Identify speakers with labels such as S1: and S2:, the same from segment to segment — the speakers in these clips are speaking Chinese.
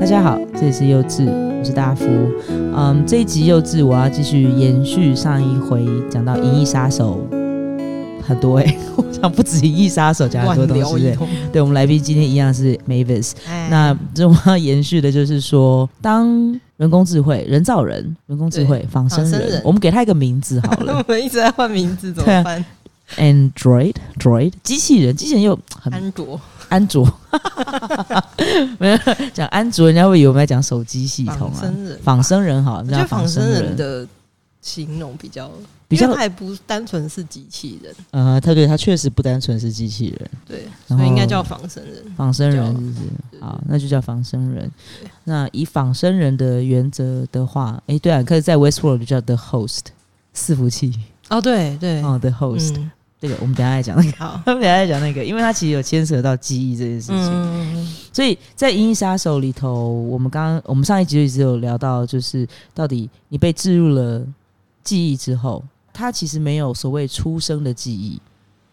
S1: 大家好，这里是幼稚，我是大福。嗯，这一集幼稚我要继续延续上一回讲到《银翼杀手》，很多哎、 我想不止《银翼杀手》讲很多
S2: 乱
S1: 东
S2: 聊
S1: 西
S2: 一
S1: 对。
S2: 通。
S1: 对，我们来宾今天一样是 Mavis。
S2: 哎
S1: 那这我们要延续的就是说，当人工智慧、人造人、人工智慧、仿生
S2: 仿
S1: 人，
S2: 生人
S1: 我们给它一个名字好
S2: 我
S1: 了
S2: 们一直在换名字，怎
S1: 对啊
S2: 么办？
S1: ，Android Droid 机器人，机器人又很
S2: 安卓
S1: 安卓， 没有讲安卓，人家会以为我们在讲手机系统
S2: 仿
S1: 啊。
S2: 生人，
S1: 仿生人好，
S2: 我
S1: 你
S2: 觉
S1: 知道
S2: 得仿
S1: 生
S2: 生人的形容比较
S1: 比较
S2: 因为它还不单纯是机器人，
S1: 呃，他对他确实不单纯是机器人，
S2: 对，
S1: 然
S2: 所
S1: 后
S2: 以应该叫仿生人。
S1: 仿生人是不
S2: 嗯
S1: 是？好，那就叫仿生人。那以仿生人的原则的话，诶，对啊，可以在 Westworld 就叫 The Host 伺服器
S2: 哦，对对，
S1: 哦，The Host、
S2: 嗯，
S1: 这个我们等一下来讲那个，
S2: 好，
S1: 我们等一下来讲那个，因为它其实有牵涉到记忆这件事情。
S2: 嗯，
S1: 所以在《银翼杀手》里头，我们刚刚我们上一集就一直有聊到，就是到底你被置入了记忆之后，他其实没有所谓出生的记忆，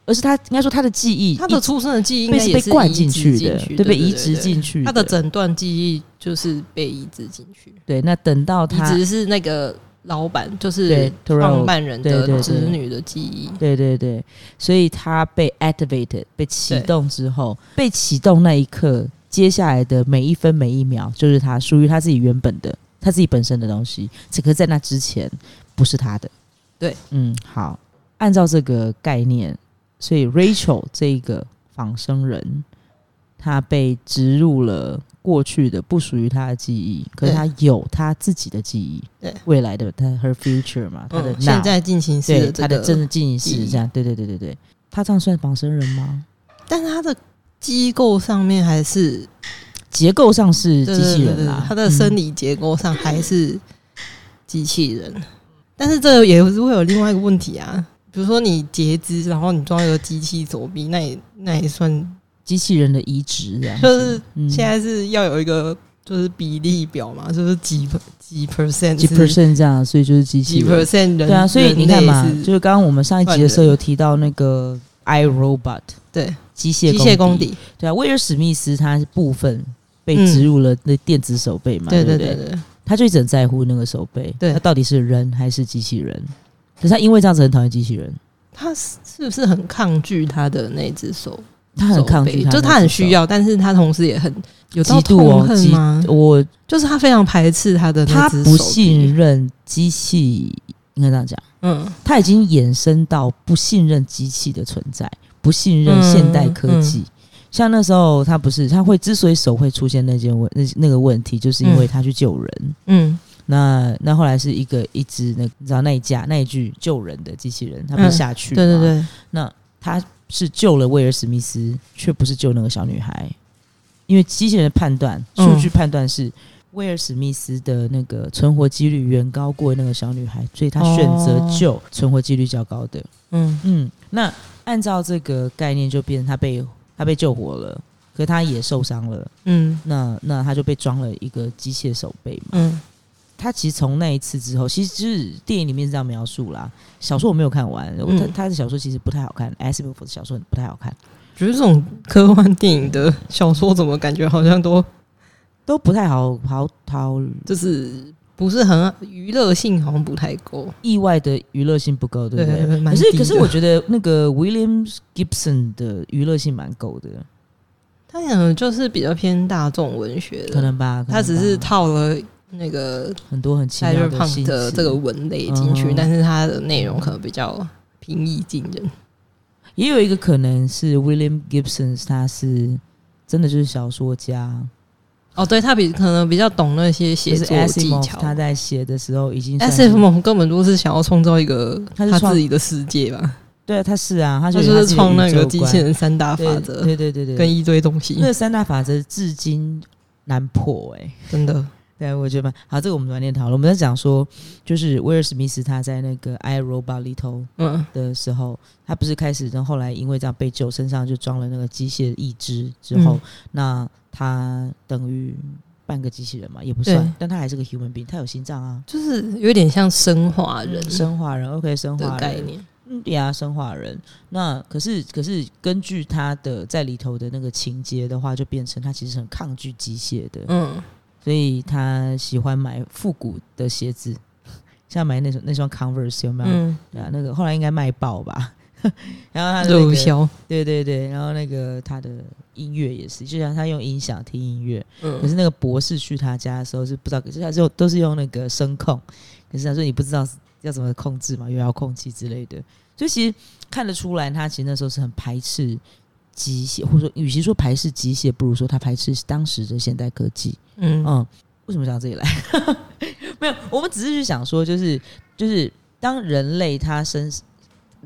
S1: 而是他应该说他的记忆
S2: 他的出生的记忆应
S1: 被
S2: 该
S1: 是
S2: 也
S1: 被
S2: 是
S1: 灌
S2: 移
S1: 进
S2: 植
S1: 去的，
S2: 的，
S1: 对，
S2: 对，
S1: 被
S2: 对
S1: 移植。进
S2: 对
S1: 去
S2: 对他的诊断记忆就是被移植进去，
S1: 对，那等到
S2: 移
S1: 他
S2: 植是那个老板，就是
S1: 对 t o r
S2: 创
S1: o
S2: 办人
S1: 对对对
S2: 的子女的记忆。
S1: 对对对，所以他被 activated 被启动之后，被启动那一刻，接下来的每一分每一秒就是他属于他自己原本的，他自己本身的东西，只可在那之前不是他的。
S2: 对，
S1: 嗯，好，按照这个概念，所以 Rachel 这一个仿生人，他被植入了。过去的不属于他的记忆，可是
S2: 对
S1: 他有他自己的记忆，
S2: 对
S1: 未来的他 her future 嘛，他的 now、
S2: 嗯，现在进行式
S1: 对他
S2: 的这
S1: 的
S2: 个
S1: 真的进
S2: 记
S1: 行
S2: 忆
S1: 是这样，对对对对对，他这样算仿生人吗？
S2: 但是它的机构上面还是
S1: 结构上是
S2: 对
S1: 机器
S2: 对对
S1: 人
S2: 对
S1: 啦，嗯
S2: 它的生
S1: 理
S2: 理结构上还是机器人。但是这也是会有另外一个问题啊，比如说你截肢，然后你装一个机器手臂，那也那也算，
S1: 机器人的移植这样
S2: 就
S1: 子，
S2: 是
S1: 嗯
S2: 现在是要有一个就是比例表嘛，就是几几 percent
S1: 几
S2: 是
S1: percent 这样，所以就是机器
S2: 几
S1: 人。
S2: percent 人
S1: 对啊，所以你看嘛
S2: 人类，是
S1: 就是刚刚我们上一集的时候有提到那个 i robot
S2: 对
S1: 机械
S2: 机械
S1: 工
S2: 功
S1: 底，
S2: 底，
S1: 对啊，威尔史密斯他部分被
S2: 嗯
S1: 植入了那电子手背嘛，
S2: 对
S1: 对
S2: 对
S1: 不
S2: 对对，
S1: 他就一直很在乎那个手背，
S2: 对
S1: 他到底是人还是机器人？可是他因为这样子很讨厌机器人，
S2: 他是是不是很抗拒他的那只手？
S1: 他很抗拒
S2: 手背
S1: 那
S2: 就
S1: 只手，
S2: 他很需要，但是他同时也很有到
S1: 极度
S2: 痛
S1: 哦，
S2: 恨
S1: 极
S2: 吗？
S1: 我
S2: 就是他非常排斥他的
S1: 他
S2: 那只手
S1: 不
S2: 臂
S1: 信，任机器，应该这样讲，
S2: 嗯，
S1: 他已经衍生到不信任机器的存在，不信任现代
S2: 嗯
S1: 科技。像那时候他不是他会之所以手会出现那件问那那个问题，就是因为他去救人。
S2: 嗯
S1: 那那后来是一个一只那你知道那一架那一具救人的机器人，他不是
S2: 嗯
S1: 下去、
S2: 对对，对，
S1: 那他是救了威尔史密斯，却不是救那个小女孩，因为机器人的判断
S2: 嗯
S1: 数据判断是。威尔史密斯的那个存活几率远高过那个小女孩，所以他选择
S2: 哦
S1: 救存活几率较高的。
S2: 嗯
S1: 嗯，那按照这个概念，就变成他被他被救活了，可他也受伤了。
S2: 嗯
S1: 那那他就被装了一个机械手背嘛。
S2: 嗯，
S1: 他其实从那一次之后，其实就是电影里面是这样描述啦。小说我没有看完，我他
S2: 嗯
S1: 他的小说其实不太好看，S. B. F. 的小说不太好看，
S2: 觉得这种科幻电影的小说怎么感觉好像都
S1: 都不太好好好
S2: 就是不是很娱乐性，好像不太够，
S1: 意外的娱乐性不够，对不对？
S2: 对，蛮
S1: 可是
S2: 低
S1: 可是
S2: 的
S1: 我觉得那个 William Gibson 的娱乐性蛮够的，
S2: 他可能就是比较偏大众文学
S1: 可
S2: 的，
S1: 能吧。可
S2: 他
S1: 能
S2: 只是
S1: 吧
S2: 套了那个
S1: 很多很奇
S2: 蔡
S1: 妙
S2: 瑞
S1: 的
S2: 胖
S1: 心
S2: 的
S1: 思。
S2: 这个文类进去，
S1: 嗯
S2: 但是它的内容可能比较平易近人。
S1: 也有一个可能是 William Gibson 他是真的就是小说家，
S2: 哦，对他比可能比较懂那些写
S1: 就是
S2: 作
S1: a s i
S2: 技
S1: m o
S2: 巧。
S1: 他在写的时候已经算
S2: S
S1: 是
S2: F 梦根本都是想要创造一个
S1: 他是
S2: 他
S1: 创
S2: 自己的世界吧，
S1: 对啊，他是啊，他
S2: 他
S1: 就
S2: 就
S1: 有
S2: 是
S1: 自己的
S2: 创那
S1: 宇
S2: 个
S1: 宙
S2: 机
S1: 观
S2: 器人三大
S1: 对
S2: 法则
S1: 对对对对，
S2: 跟一堆东西，
S1: 那三大法则至今难破哎、欸
S2: 真的
S1: 对，我觉得蛮好。这个我们晚点讨论。我们在讲说，就是威尔史密斯他在那个《I Robot》里头
S2: 嗯
S1: 的时候，他不是开始，然后后来因为这样被救，身上就装了那个机械义肢之后，
S2: 嗯
S1: 那他等于半个机器人嘛，也不
S2: 对
S1: 算，但他还是个 human being，他有心脏啊，
S2: 就是有点像生化人
S1: 生化人，OK，生
S2: 的
S1: 化
S2: 概
S1: 人，
S2: 念。
S1: 嗯，对啊，生化人。那可是可是根据他的在里头的那个情节的话，就变成他其实很抗拒机械的，
S2: 嗯，
S1: 所以他喜欢买复古的鞋子， 像买那双那双 Converse 有没有？
S2: 嗯，
S1: 对啊，那个后来应该卖爆吧。 然后他的、那
S2: 热
S1: 个
S2: 销，
S1: 对对对，然后那个他的音乐也是，就像他用音响听音乐，可
S2: 嗯，
S1: 是那个博士去他家的时候是不知道，可是他就都是用那个声控，可是他说你不知道要怎么控制嘛，有遥控器之类的，所以其实看得出来，他其实那时候是很排斥机械，或者说与其说排斥机械，不如说他排斥当时的现代科技。
S2: 嗯，
S1: 嗯，为什么讲到这里来？ 没有，我们只是去想说，就是就是当人类他身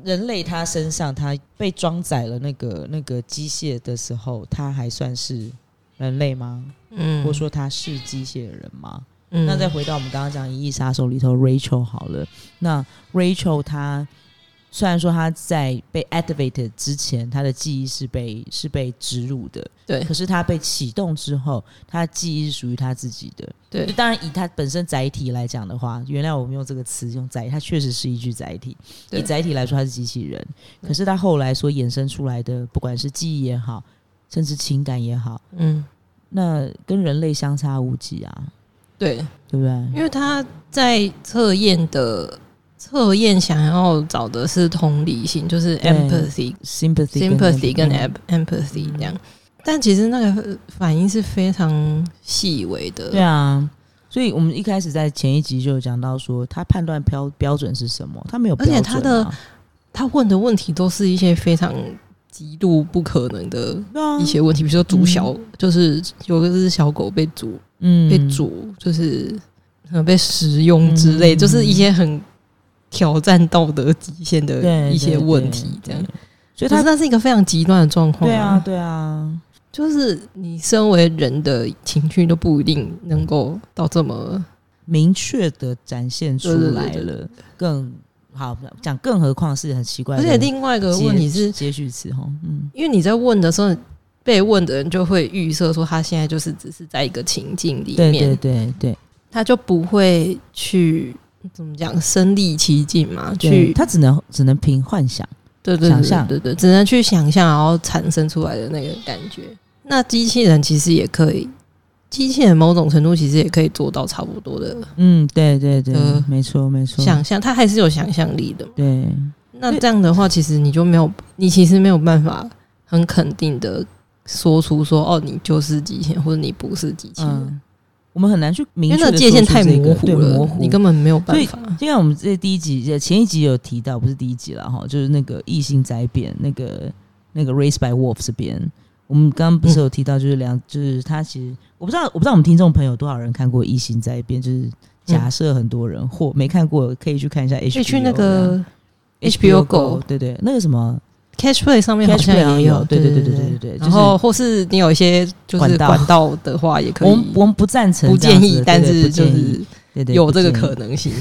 S1: 人类他身上他被装载了那个那个机械的时候，他还算是人类吗？
S2: 嗯，
S1: 或者说他是机械人吗？
S2: 嗯，
S1: 那再回到我们刚刚讲《银翼杀手》里头 Rachel 好了，那 Rachel 她虽然说她在被 activated 之前，她的记忆是被是被植入的，
S2: 对
S1: 可是她被启动之后，她的记忆是属于她自己的。
S2: 对，
S1: 当然，以它本身载体来讲的话，原谅我们用这个词用载体，它确实是一具载体。
S2: 对
S1: 以载体来说，它是机器人，
S2: 对
S1: 可是它后来所衍生出来的，不管是记忆也好，甚至情感也好，
S2: 嗯，
S1: 那跟人类相差无几啊，
S2: 对，
S1: 对不对？
S2: 因为他在测验的测验想要找的是同理心，就是
S1: 对
S2: empathy
S1: sympathy
S2: sympathy 跟
S1: 嗯
S2: em- empathy 这样。但其实那个反应是非常细微的，
S1: 对啊。所以我们一开始在前一集就有讲到说，他判断标标准是什么？他没有标准、啊，
S2: 而且他的他问的问题都是一些非常极度不可能的
S1: 对啊
S2: 一些问题，比如说煮小，就是有个是小狗被煮
S1: 嗯
S2: 被煮，就是可能被食用之类，
S1: 嗯
S2: 就是一些很挑战道德极限的
S1: 对
S2: 一些
S1: 对
S2: 问
S1: 对
S2: 题，这样。
S1: 所以
S2: 可
S1: 他
S2: 是那是一个非常极端的状况、
S1: 对啊，对啊，
S2: 就是你身为人的情绪都不一定能够到这么
S1: 明确的展现出来了，
S2: 对对对
S1: 更好讲，更何况是很奇怪
S2: 而
S1: 的接。
S2: 且另外一个问题是，
S1: 接续词哈，嗯，
S2: 因为你在问的时候，被问的人就会预设说他现在就是只是在一个情境里面，
S1: 对对对对，
S2: 他就不会去怎么讲身临其境嘛，
S1: 对
S2: 去
S1: 他只能只能凭幻想，
S2: 对对
S1: 想象
S2: 对对对，只能去想象，然后产生出来的那个感觉。那机器人其实也可以，机器人某种程度其实也可以做到差不多的
S1: 嗯，对对对，
S2: 呃
S1: 没错没错，
S2: 想象，它还是有想象力的嘛。
S1: 对
S2: 那这样的话，其实你就没有，你其实没有办法很肯定的说出说哦，你就是极限，或者你不是极限，
S1: 嗯，我们很难去明
S2: 因为
S1: 确
S2: 那
S1: 的、
S2: 个界限太模糊
S1: 对
S2: 了，
S1: 模糊
S2: 你根本没有办法。
S1: 就像我们这第一集呃前一集有提到，不是第一集了哈，就是那个异性宅扁那个那个 Race by Wolf 这边，我们刚刚不是有提到，就是两、就是他其实我不知道我不知道我们听众朋友多少人看过异性宅扁，就是假设很多人、或没看过可以去看一下 HBO，
S2: 所以去那个
S1: HBO Go，
S2: HBO Go
S1: 对对，那个什么
S2: Catchplay 上面好
S1: Catchplay 好
S2: 像
S1: 像
S2: 也
S1: 有对对对
S2: 对
S1: 对对
S2: 对
S1: 对对
S2: 然后或是你有一些就是
S1: 管道
S2: 管道的话，也可
S1: 我们
S2: 以
S1: 我们不赞成
S2: 不
S1: 这样
S2: 建
S1: 子
S2: 议
S1: 的，
S2: 但
S1: 对对
S2: 是就
S1: 不建议
S2: 是
S1: 对对
S2: 有这个
S1: 不建
S2: 可
S1: 议
S2: 能性，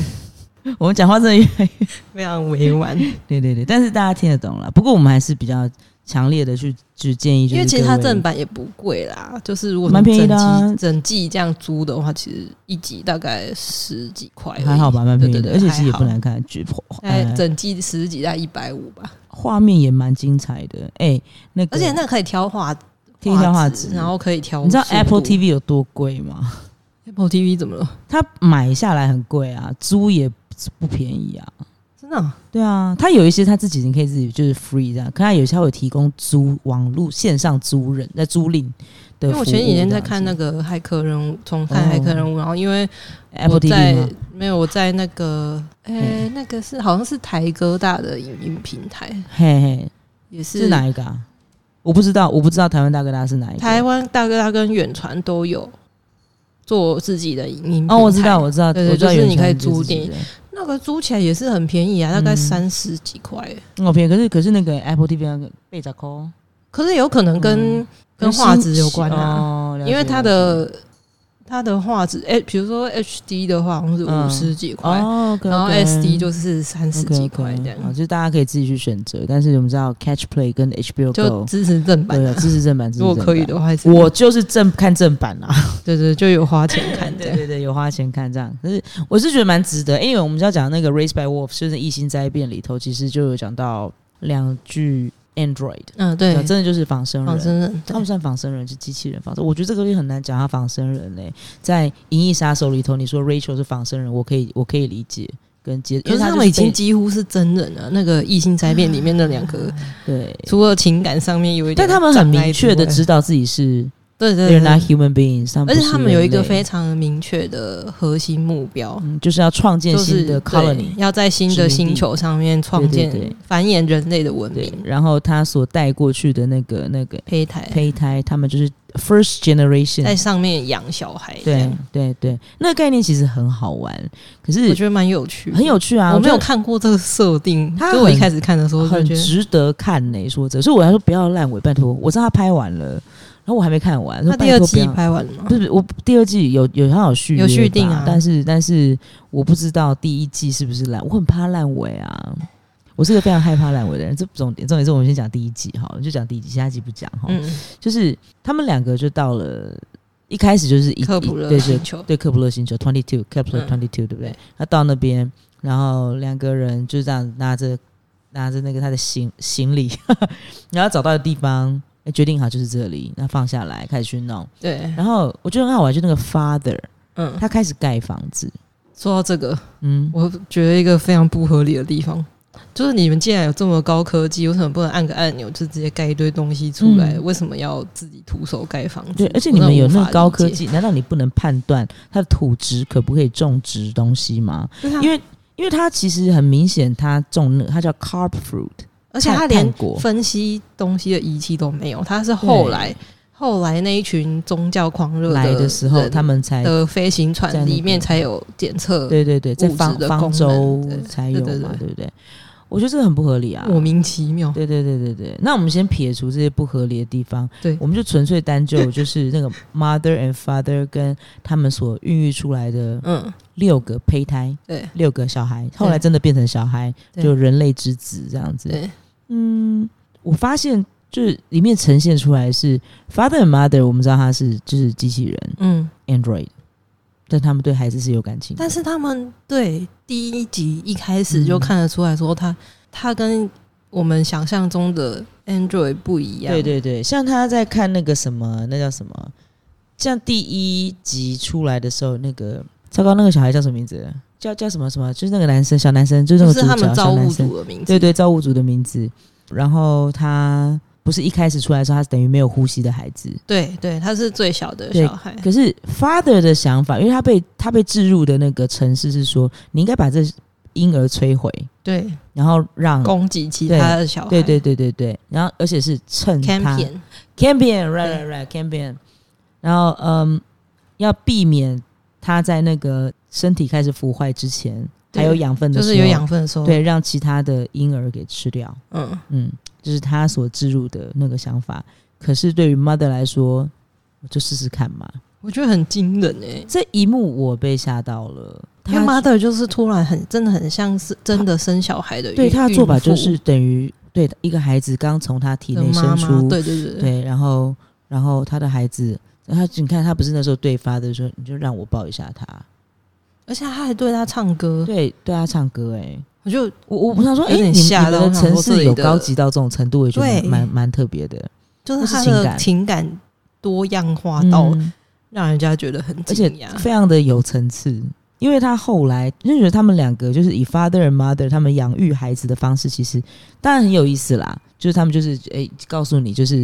S1: 我们讲话真的越来越
S2: 非常委婉。
S1: 对对对，但是大家听得懂了。不过我们还是比较强烈的去去建议，就是
S2: 因为其实它
S1: 各位
S2: 正版也不贵啦，就是如果
S1: 蛮
S2: 你
S1: 便宜的啊
S2: 整季整季这样租的话，其实一集大概十几块而已，
S1: 还好吧，蛮便宜的，
S2: 对
S1: 而且其实也不。
S2: 对对还好哎
S1: 难看，剧
S2: 大概
S1: 呃
S2: 整季十几，大概一百五吧，
S1: 画面也蛮精彩的。哎、那个
S2: 而且那个可以挑画，
S1: 听一下画质
S2: 质，，然后可以挑速度。
S1: 你知道 Apple TV 有多贵吗？
S2: Apple TV 怎么了？
S1: 它买下来很贵啊，租也不便宜啊。
S2: 真的啊
S1: 对啊，它有一些它自己你可以自己就是 free 这样，可它有些它会提供租网络线上租人那租赁的服务这样子。
S2: 因为我前几天在看那个骇客任务，重看
S1: 哦
S2: 骇客任务，然后因为我
S1: Apple
S2: 在
S1: TV 吗？
S2: 没有我在那个，诶，
S1: 嗯
S2: 那个是好像是台哥大的影音平台，
S1: 嘿嘿，
S2: 也是
S1: 是哪一个啊？我不知道，我不知道台湾大哥大是哪一个。
S2: 台湾大哥大跟远传都有做自己的影音平台
S1: 哦，我知道，我知道，
S2: 对对
S1: 我知道
S2: 就是
S1: 有
S2: 你可以
S1: 传
S2: 租
S1: 自己
S2: 电
S1: 的
S2: 那个租起来也是很便宜啊，大概
S1: 嗯
S2: 三十几块、欸
S1: 哦，便宜。可是可是那个 Apple TV 那个贝扎扣
S2: 可是有可能跟、
S1: 嗯
S2: 跟画质有关啊，
S1: 哦、了解
S2: 因为它的它的画质，哎、比如说 HD 的话，好像是
S1: 嗯
S2: 五十几块。
S1: 哦，OK，OK，
S2: 然后 SD 就是三十几块这
S1: OK，OK，好，哦
S2: 样，
S1: 就是大家可以自己去选择。但是我们知道 Catch Play 跟 HBO
S2: 就
S1: Go
S2: 支持正版
S1: 对啊，
S2: 啊。
S1: 支持正版，支持
S2: 如果
S1: 正版
S2: 可以的话，还是
S1: 我就是正看正版啊。
S2: 对对就有花钱看这
S1: 对
S2: 样。
S1: 对对，有花钱看这样，可是我是觉得蛮值得，因为我们要讲那个《Race by Wolf》就是《异星灾变》里头，其实就有讲到两具 Android，
S2: 嗯，对，哦
S1: 真的就是仿生
S2: 仿
S1: 人。
S2: 生人，
S1: 他们算仿生人，是机器人仿生。我觉得这个东西很难讲，他仿生人嘞、在《银翼杀手》里头，你说 Rachel 是仿生人，我可以，我可以理解跟接，因
S2: 可
S1: 为
S2: 是他
S1: 就
S2: 们已
S1: 被
S2: 经几乎是真人了。那个《异性灾变》里面的两个，
S1: 对，
S2: 除了情感上面有一点
S1: 但
S2: 障
S1: 他
S2: 碍
S1: 们
S2: 之外，
S1: 很明确的知道自己是
S2: 对对
S1: they're
S2: 对
S1: not human beings，他们
S2: 而
S1: 不
S2: 且
S1: 是
S2: 他们有一
S1: 人
S2: 个
S1: 类
S2: 非常明确的核心目标，
S1: 嗯，就是要创建
S2: 就是
S1: 新的
S2: 对
S1: colony，
S2: 要在新的星球上面创
S1: 对对对
S2: 建繁衍人类的文
S1: 对
S2: 明。
S1: 然后他所带过去的那个那个
S2: 胚胎
S1: 胚胎，他们就是 first
S2: 在
S1: generation，
S2: 上面养小孩，这
S1: 对
S2: 样
S1: 对对，那个概念其实很好玩，可
S2: 我
S1: 是
S2: 觉得蛮有趣的，
S1: 很有趣啊，
S2: 我没有
S1: 就
S2: 看过这个设定，
S1: 它
S2: 所以我一
S1: 很
S2: 开始看的时候就
S1: 很
S2: 觉得
S1: 值得看呢、说这，所以我要说不要烂尾，拜托，我知道他拍完了，然后我还没看完，说
S2: 他
S1: 拜
S2: 第二
S1: 托不
S2: 季
S1: 要
S2: 拍完了吗
S1: 不？是不是我第二季有有它有续约
S2: 有续订
S1: 吧
S2: 啊
S1: 但是但是我不知道第一季是不是烂，我很怕烂尾啊。我是个非常害怕烂尾的人，这重点重点是我们先讲第一季好了，就讲第一季，其他季不讲哈。
S2: 嗯，
S1: 就是他们两个就到了一开始就是一
S2: 科
S1: 一
S2: 普勒
S1: 对
S2: 星
S1: 对
S2: 球，
S1: 对科普勒星球 twenty two Kepler
S2: 嗯
S1: twenty two 对不对？他到那边，然后两个人就这样拿着拿着那个他的行行李， 然后找到的地方，哎决定好就是这里，那放下来开始去弄。
S2: 对，
S1: 然后我觉得很好玩，就那个 father，
S2: 嗯，
S1: 他开始盖房子，
S2: 说到这个，
S1: 嗯，
S2: 我觉得一个非常不合理的地方，就是你们既然有这么高科技，为什么不能按个按钮就直接盖一堆东西出来？
S1: 嗯
S2: 为什么要自己徒手盖房子？
S1: 对，而且
S2: 我
S1: 你
S2: 真的
S1: 们有
S2: 无
S1: 那
S2: 法
S1: 个高
S2: 理
S1: 科
S2: 解，
S1: 技，难道你不能判断它的土质可不可以种植东西吗？因
S2: 因为
S1: 为因为它其实很明显，它种那它叫 carp fruit，
S2: 而且他
S1: 碳
S2: 连
S1: 碳果
S2: 分析东西的仪器都没有，他是后来后来那一群宗教狂热
S1: 来
S2: 的
S1: 的时候
S2: 人
S1: 他们才
S2: 的飞行
S1: 在
S2: 船
S1: 那
S2: 里面
S1: 边
S2: 才有检测，
S1: 对对对，在
S2: 物质
S1: 方
S2: 的
S1: 方
S2: 功
S1: 舟
S2: 能对
S1: 才有
S2: 对对
S1: 嘛，对
S2: 对
S1: 不对？我觉得这个很不合理啊。
S2: 莫名其妙。
S1: 对对对对对，那我们先撇除这些不合理的地方，
S2: 对
S1: 我们就纯粹单就就是那个 mother and father 跟他们所孕育出来的
S2: 嗯，
S1: 六个胚胎，
S2: 对
S1: 六个小孩，后来真的变成小孩，
S2: 对
S1: 就人类之子这样子。
S2: 对，
S1: 嗯，我发现就是里面呈现出来是 father and mother，我们知道他是就是机器人
S2: 嗯，
S1: android，但他们对孩子是有感情的，
S2: 但是他们对第一集一开始就
S1: 嗯
S2: 看得出来说他，他跟我们想象中的 Android 不一样。
S1: 对对对，像他在看那个什么，那叫什么？像第一集出来的时候，那个糟糕，那个小孩叫什么名字？叫叫什么什么？就是那个男生，小男生，就是那个
S2: 就是
S1: 主
S2: 他
S1: 角
S2: 们造
S1: 小男
S2: 物
S1: 生，
S2: 主的名字。
S1: 对对，造物主的名字。然后他不是一开始出来的时候，他是等于没有呼吸的孩子。
S2: 对对，他是最小的
S1: 对
S2: 小孩。
S1: 可是 father 的想法，因为他被他被置入的那个城市是说，你应该把这婴儿摧毁，
S2: 对，
S1: 然后让
S2: 攻击其他的小孩。
S1: 对对对对对，然后而且是趁他
S2: Campion，
S1: Campion, right, right, right, Campion。然后，嗯，要避免它在那个身体开始腐坏之前，
S2: 对
S1: 还有养分的
S2: 就
S1: 时候，
S2: 是有养分的时候。，
S1: 对，让其他的婴儿给吃掉。
S2: 嗯，
S1: 嗯，就是他所置入的那个想法。可是对于 mother 来说，我就试试看嘛。
S2: 我觉得很惊人哎、
S1: 这一幕我被吓到了。
S2: 因为 mother 就是突然很，真的很像是真的生小孩的孕，
S1: 对他的做法
S2: 孕妇
S1: 就是等于对一个孩子刚从他体
S2: 的
S1: 内
S2: 妈
S1: 生
S2: 妈，
S1: 出，
S2: 对对对，
S1: 对，然后然后他的孩子，他你看他不是那时候对发的说，你就让我抱一下他，
S2: 而且他还对他唱歌，
S1: 对对他唱歌哎、
S2: 我就
S1: 我我不想说，哎、
S2: 有点
S1: 你你
S2: 吓
S1: 们
S2: 到
S1: 的
S2: 我想说
S1: 城
S2: 这
S1: 市
S2: 里
S1: 有
S2: 的
S1: 高级到这种程度，我也觉得
S2: 对
S1: 蛮蛮蛮特别的，
S2: 就
S1: 或
S2: 是
S1: 是
S2: 他
S1: 情
S2: 的
S1: 感
S2: 情感多样化到
S1: 嗯
S2: 让人家觉得很
S1: 而
S2: 惊
S1: 且
S2: 讶。
S1: 非常的有层次。因为他后来就觉得他们两个就是以 father and mother 他们养育孩子的方式，其实当然很有意思啦。就是他们就是诶、告诉你就是，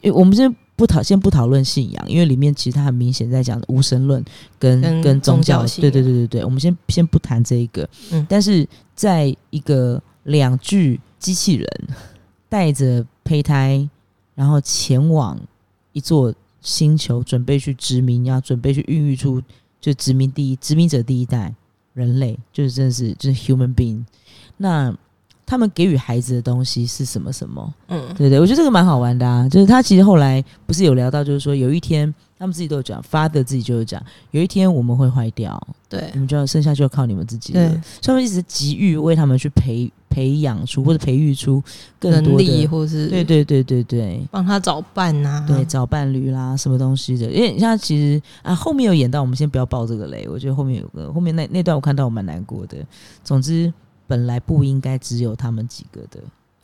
S1: 因为我们先不讨先不讨论信仰，因为里面其实他很明显在讲无神论跟
S2: 跟
S1: 跟宗
S2: 宗教
S1: 教，
S2: 信
S1: 对对
S2: 仰
S1: 对对对，我们先先不谈这一个。
S2: 嗯
S1: 但是在一个两具机器人带着胚胎，然后前往一座星球，准备去殖民，要准备去孕育出就殖民第一殖民者第一代人类，就是真的是就是 human being。那他们给予孩子的东西是什么什么？
S2: 嗯，
S1: 对对，我觉得这个蛮好玩的啊。就是他其实后来不是有聊到，就是说有一天他们自己都有讲，father 自己就有讲，有一天我们会坏掉，
S2: 对
S1: 你们就要剩下就要靠你们自己了。
S2: 对，
S1: 所以他们一直急于为他们去培培养出或者培育出更
S2: 能
S1: 多的
S2: 力或是
S1: 对对对对对
S2: 帮他找伴啊，
S1: 对，找伴侣啦，什么东西的。因为像其实啊，后面有演到，我们先不要爆这个雷。我觉得后面有个后面那那段我看到我蛮难过的。总之，本来不应该只有他们几个的，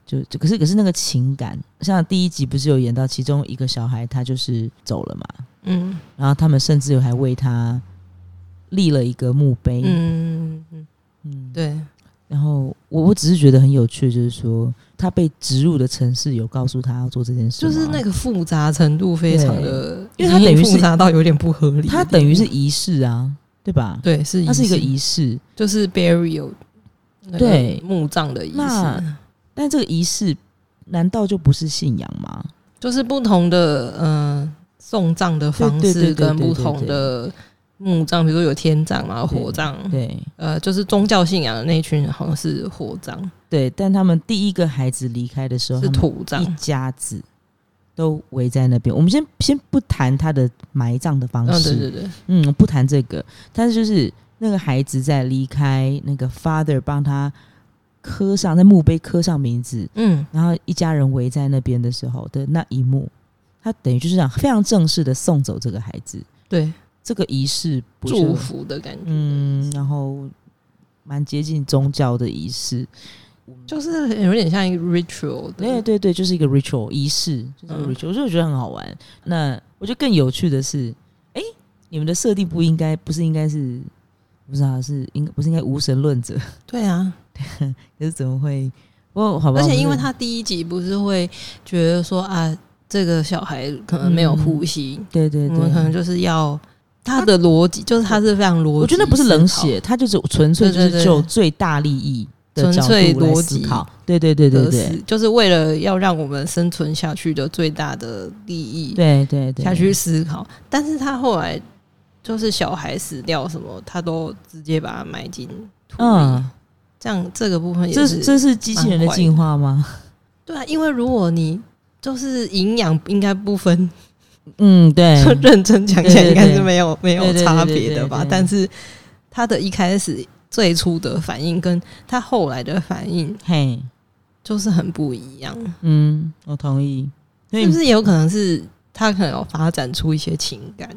S1: 就就可是可是那个情感，像第一集不是有演到其中一个小孩他就是走了嘛，
S2: 嗯
S1: 然后他们甚至有还为他立了一个墓碑，嗯
S2: 嗯嗯，
S1: 嗯，
S2: 对，
S1: 然后我我只是觉得很有趣，就是说他被植入的城市有告诉他要做这件事吗，
S2: 就是那个复杂程度非常的，
S1: 对因为它等于是
S2: 复杂到有点不合理的地方。
S1: 他等于是仪式啊，对吧？
S2: 对，是
S1: 它是一个
S2: 式
S1: 仪式，
S2: 就是 burial 那个
S1: 对
S2: 墓葬的仪式
S1: 那，但这个仪式难道就不是信仰吗？
S2: 就是不同的呃送葬的方
S1: 对对对对
S2: 式
S1: 对
S2: 跟不同的墓葬，比如说有天葬啊、
S1: 对
S2: 火葬，
S1: 对
S2: 呃，就是宗教信仰的那一群好像是火葬，
S1: 对，但他们第一个孩子离开的时候，
S2: 是
S1: 他们
S2: 土葬嗯
S1: 一，家子都围在那边。我们先先不谈他的埋葬的方
S2: 嗯，对
S1: 式，
S2: 对对，
S1: 嗯，不谈这个，但是就是那个孩子在离开，那个 father 帮他刻上在墓碑刻上名字，
S2: 嗯，
S1: 然后一家人围在那边的时候的那一幕，他等于就是这样非常正式的送走这个孩子，
S2: 对，
S1: 这个仪式不是
S2: 祝福的感觉，
S1: 嗯，然后蛮接近宗教的仪式，
S2: 就是有点像一个 ritual
S1: 对
S2: 的，
S1: 对对，就是一个 ritual 仪式，就是一个
S2: 嗯
S1: ritual，、所以我觉得很好玩。那我觉得更有趣的是，哎、你们的设定不应该不是应该是不知道是应该不是应该无神论者，
S2: 对啊，
S1: 可是怎么会？不过好吧，
S2: 而
S1: 我
S2: 且
S1: 们
S2: 因为
S1: 是
S2: 他第一集不是会觉得说啊，这个小孩可能没有呼吸，
S1: 对嗯对
S2: 我们可
S1: 对，
S2: 能就是要他的逻辑，就是他是非常逻辑，
S1: 我觉得那不是冷，血，他就是纯粹就
S2: 对对
S1: 是
S2: 对
S1: 就最大利益的
S2: 纯
S1: 角
S2: 粹
S1: 度来
S2: 逻
S1: 思
S2: 辑
S1: 考，对对对对对，
S2: 就是为了要让我们生存下去的最大的利益
S1: 对对对，
S2: 下去思考。但是他后来就是小孩死掉什么，他都直接把它埋进土里，
S1: 嗯，
S2: 这样这个部分也
S1: 这
S2: 是
S1: 这是机器人的进化吗？
S2: 对啊，因为如果你就是营养应该不分
S1: 嗯， 对，
S2: 就认真讲起来，
S1: 对对对
S2: 应该是没有没有
S1: 对对对
S2: 差别的
S1: 对对对
S2: 吧
S1: 对？
S2: 但是他的一开始最初的反应，跟他后来的反应
S1: 嘿，
S2: 就是很不一样，
S1: 嗯，我同意。所以
S2: 是不是也有可能是他可能有发展出一些情感？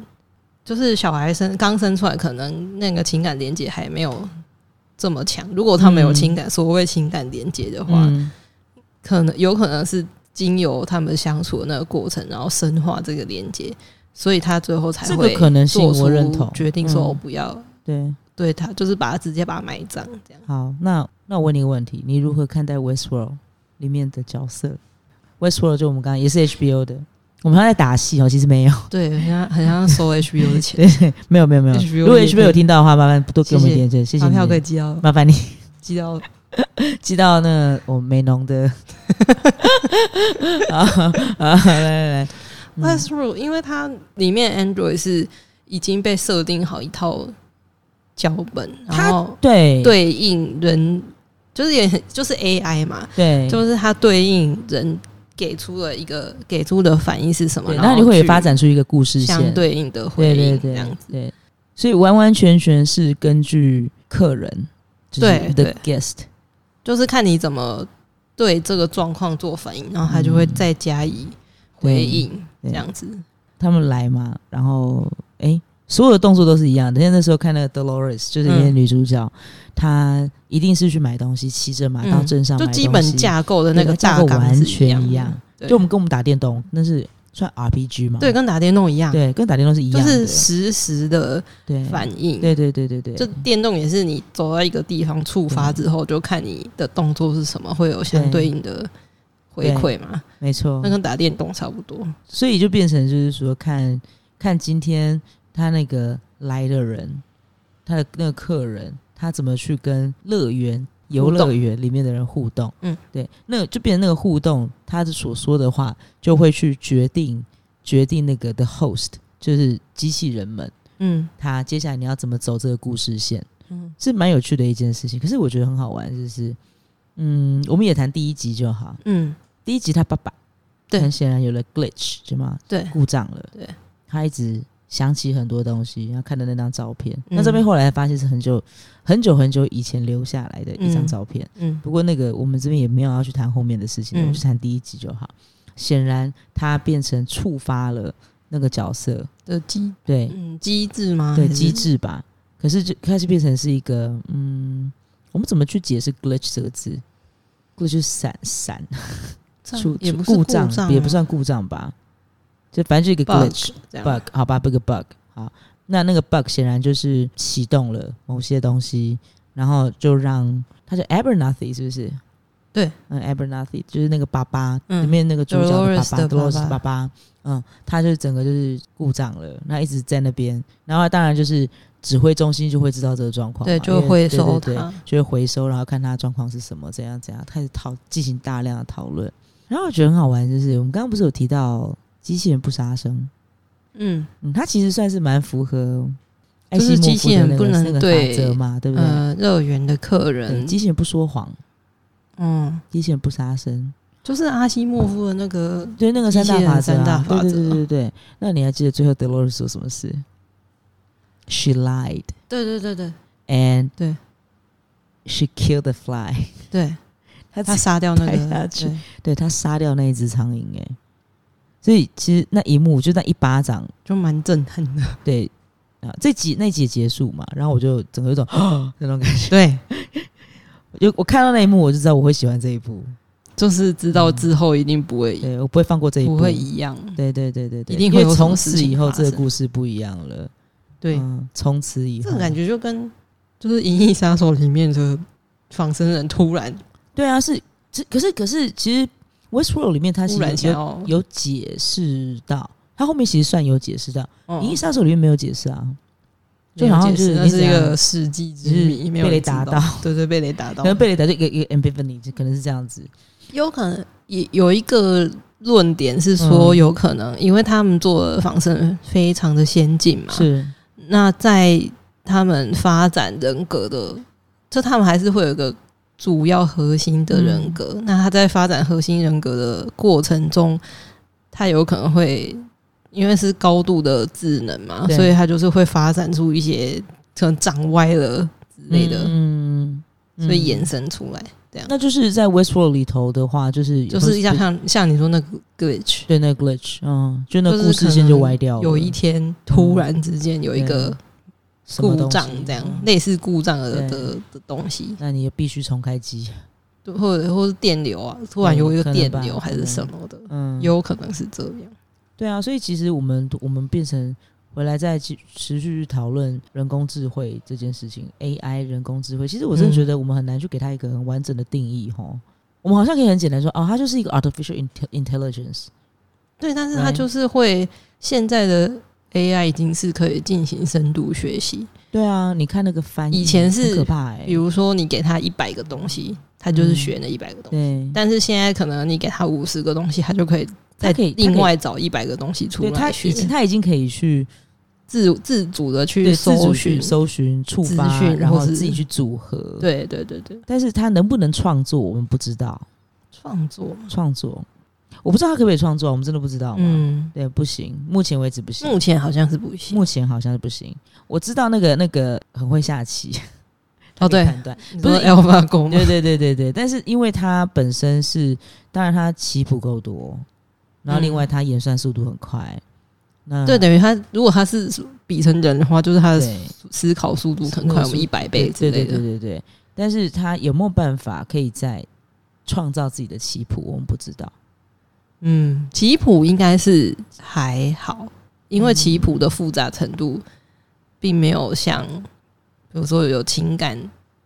S2: 就是小孩生刚生出来，可能那个情感连接还没有这么强。如果他没有情感，所谓情感连接的话，
S1: 嗯
S2: 可能有可能是经由他们相处的那个过程，然后深化这个连接，所以他最后才
S1: 这
S2: 会
S1: 个可能性
S2: 做出
S1: 我认同，
S2: 决定说
S1: 嗯
S2: 我不要、
S1: 对。
S2: 对他，就是把他直接把他埋葬这样。
S1: 好，那那我问你一个问题：你如何看待 Westworld 里面的角色？Westworld 就我们刚刚也是 HBO 的，我们还在打戏哦，其实没有，
S2: 对，很像很像收 HBO 的 钱，
S1: 对，没有没有没有。
S2: HBO
S1: 如果
S2: 也可以
S1: HBO 有听到的话，麻烦多给我们一点，对，谢谢
S2: 发票可以
S1: 你，
S2: 寄到
S1: 麻烦你
S2: 寄到
S1: 寄到那个我们美农 的。 好，好，来来来，嗯
S2: Westworld，、因为它里面 Android 是已经被设定好一套脚本，然后
S1: 对
S2: 对应人，就是也很就是 AI 嘛，
S1: 对，
S2: 就是它对应人给出了一个给出的反应是什么，
S1: 对，
S2: 然
S1: 然
S2: 后
S1: 后你会
S2: 去
S1: 发展出一个故事线，
S2: 相对应的
S1: 对
S2: 回
S1: 对
S2: 应
S1: 对
S2: 这样子。
S1: 对，所以完完全全是根据客人，就是
S2: 对
S1: the
S2: 对
S1: guest，
S2: 就是看你怎么对这个状况做反应，然后他就会再加以回应，
S1: 嗯对
S2: 这样子。
S1: 他们来嘛，然后哎、诶所有的动作都是一样的。因为那时候看那个 Dolores，就是里
S2: 嗯
S1: 面的女主角，她一定是去买东西，骑着马
S2: 嗯
S1: 到镇上买
S2: 就
S1: 东西，
S2: 基本架构的那
S1: 对
S2: 个
S1: 架
S2: 大
S1: 构
S2: 纲
S1: 完
S2: 是
S1: 全一
S2: 一
S1: 样
S2: 样的，
S1: 就我们跟我们打电动，那是算 RPG 嘛？
S2: 对，跟打电动一样，
S1: 对，跟打电动是一
S2: 就
S1: 样的，
S2: 是实时的
S1: 对
S2: 反应。
S1: 对对对对对，
S2: 就电动也是你走到一个地方触发之后，就看你的动作是什么，会有相对应的回馈嘛？
S1: 没错
S2: 那。跟打电动差不多。
S1: 所以就变成就是说看看今天他那个来的人，他的那个客人，他怎么去跟乐园游乐园里面的人互动，
S2: 嗯，
S1: 对，那就变成那个互动，他所说的话就会去决定决定那个的 host，就是机器人们，
S2: 嗯
S1: 他接下来你要怎么走这个故事线，
S2: 嗯
S1: 是蛮有趣的一件事情。可是我觉得很好玩，就是嗯，我们也谈第一集就好，
S2: 嗯，
S1: 第一集他爸爸
S2: 对
S1: 很显然有了 glitch，对吗？
S2: 对
S1: 故障了，
S2: 对，
S1: 他一直想起很多东西，然后看的那张照片，
S2: 嗯
S1: 那照片后来发现是很久很久很久以前留下来的一张照片。
S2: 嗯
S1: 不过那个我们这边也没有要去谈后面的事情，
S2: 嗯
S1: 我们就谈第一集就好。显然他变成触发了那个角色，
S2: 的机
S1: 对、
S2: 嗯机制吗？
S1: 对
S2: 还是
S1: 机制吧。可是就开始变成是一个嗯，我们怎么去解释 glitch 这个字？过去闪闪
S2: 这样
S1: 出
S2: 也
S1: 出
S2: 不是
S1: 故
S2: 障啊，
S1: 也不算故障吧，就反正就一个
S2: bug 啊
S1: glitch
S2: 这样
S1: bug，好吧，bug bug 好，那那个 bug 显然就是启动了某些东西，然后就让他叫 Abernathy 是不是？
S2: 对，
S1: 嗯，Abernathy 就是那个爸爸、
S2: 嗯
S1: 里面那个主角的爸
S2: Dolores
S1: 爸
S2: 的爸爸
S1: Dolores 的爸爸，嗯，他就整个就是故障了，那一直在那边，然后当然就是指挥中心就会知道这个状况嘛，
S2: 对，就
S1: 因为
S2: 回
S1: 对
S2: 收
S1: 对对
S2: 它。
S1: 就会回收，然后看他状况是什么，怎样怎样，开始讨进行大量的讨论。然后我觉得很好玩，就是我们刚刚不是有提到机器人不杀生，
S2: 嗯，
S1: 嗯，它其实算是蛮符合哎艾
S2: 就是
S1: 希莫
S2: 机
S1: 夫
S2: 器
S1: 的
S2: 人
S1: 那
S2: 不
S1: 个
S2: 能
S1: 那个
S2: 对
S1: 法则嘛，对不对？
S2: 呃，乐园的客
S1: 对，
S2: 人，
S1: 机器人不说谎，
S2: 嗯，
S1: 机器人不杀生，
S2: 就是阿西莫夫的那个，
S1: 对，那个三大
S2: 机器人
S1: 法则、
S2: 三大
S1: 啊，
S2: 法
S1: 对
S2: 则
S1: 对对对对。那你还记得最后德罗斯说什么事？She lied
S2: 对对对对
S1: and
S2: 对
S1: she killed the fly，
S2: 对，
S1: 她
S2: 他杀掉那
S1: 拍下
S2: 个，
S1: 去
S2: 对
S1: 对他杀掉那一只苍蝇，哎，所以其实那一幕就那一巴掌，
S2: 就蛮震撼的。
S1: 对啊，这集那集结束嘛，然后我就整个有种那种感觉，
S2: 对，
S1: 我就我看到那一幕我就知道我会喜欢这一部，
S2: 就是知道之后一定不会
S1: 嗯对嗯我不会放过这一部，
S2: 不会一样，
S1: 对对对对对，
S2: 一定会
S1: 因为
S2: 有什
S1: 从
S2: 么事
S1: 此
S2: 情
S1: 以后
S2: 发
S1: 这个
S2: 生
S1: 故事不一样了，
S2: 对，
S1: 嗯从此以
S2: 这
S1: 后
S2: 种感觉就跟就是《银翼杀手》里面的仿生人突然
S1: 对啊，是这可是可是其实 Westworld 里面它其
S2: 突然
S1: 实
S2: 想
S1: 有
S2: 要，
S1: 有解释到，它后面其实算有解释到，
S2: 嗯
S1: 《银翼杀手》里面没有解释啊，就好像就是
S2: 那是一
S1: 你怎
S2: 个
S1: 样
S2: 世纪之谜，没有
S1: 被雷
S2: 人知
S1: 打
S2: 道
S1: 到，
S2: 对对，被雷打到
S1: 可，能贝雷达就一个一个 ambivany，就可能是这样子。
S2: 有可能也有一个。论点是说，
S1: 嗯
S2: 有可能、因为他们做的仿生人非常的先进嘛，
S1: 是，
S2: 那在他们发展人格的，就他们还是会有一个主要核心的人格。
S1: 嗯
S2: 那他在发展核心人格的过程中，他有可能会因为是高度的智能嘛，
S1: 对
S2: 所以他就是会发展出一些可能长歪了之类的，
S1: 嗯，嗯
S2: 所以衍生出来。这样
S1: 那就是在 Westworld 里头的话，就是
S2: 就是像像像你说那个 glitch，
S1: 对那个 glitch，嗯，就那
S2: 就是
S1: 个故事线就歪掉了，
S2: 有一天突然之间有一个
S1: 什么
S2: 故
S1: 东西
S2: 障，这样。类似故障的
S1: 对
S2: 的的东西，
S1: 那你也必须重开机，
S2: 对，或者或是电流啊，突然有一个电
S1: 嗯
S2: 流
S1: 可能吧
S2: 还是什么的，
S1: 嗯，
S2: 有可能是这样。
S1: 对啊，所以其实我们我们变成回来再继持续去讨论人工智慧这件事情，AI 人工智慧，其实我真的
S2: 嗯
S1: 觉得我们很难去给它一个很完整的定义吼。我们好像可以很简单说，哦，它就是一个 artificial inte- intelligence，
S2: 对，但是它
S1: Right
S2: 就是会现在的 AI 已经是可以进行深度学习，
S1: 对啊，你看那个翻译，
S2: 以前是
S1: 很可怕哎、
S2: 比如说你给它一百个东西，它就是学那一百个东西。
S1: 嗯对，
S2: 但是现在可能你给它五十个东西，它就可以
S1: 它
S2: 再
S1: 可以它可以
S2: 另外找一百个东西出
S1: 对他
S2: 来学
S1: 已，经他已经可以去
S2: 自自主的去
S1: 对自
S2: 搜
S1: 主去
S2: 寻。
S1: 搜寻触
S2: 资
S1: 发，
S2: 讯
S1: 然
S2: 或
S1: 后
S2: 是
S1: 自己去组合。，
S2: 对对对对，
S1: 但是他能不能创作，我们不知道。
S2: 创作嘛，
S1: 创作，我不知道他可不可以创作，我们真的不知道嘛。
S2: 嗯，
S1: 对，不行，目前为止不行。
S2: 目前好像是不行。
S1: 目前好像是不行。我知道那个那个很会下棋，
S2: 哦，对，
S1: 判断
S2: 你
S1: 不
S2: 说
S1: 是
S2: AlphaGo 吗
S1: 对啊对对对对，但是因为他本身是，当然他棋不够多，然后另外他演算速度很快，那
S2: 嗯对，呃等于他如果他是比成人的话，就是他的
S1: 对
S2: 思考速度可能快我们一百倍
S1: 对
S2: 之类
S1: 对对对
S2: 的。
S1: 对。但是他有没有办法可以在创造自己的棋谱，我们不知道。
S2: 嗯，棋谱应该是还好，因为棋谱的复杂程度并没有像，比如说有情感，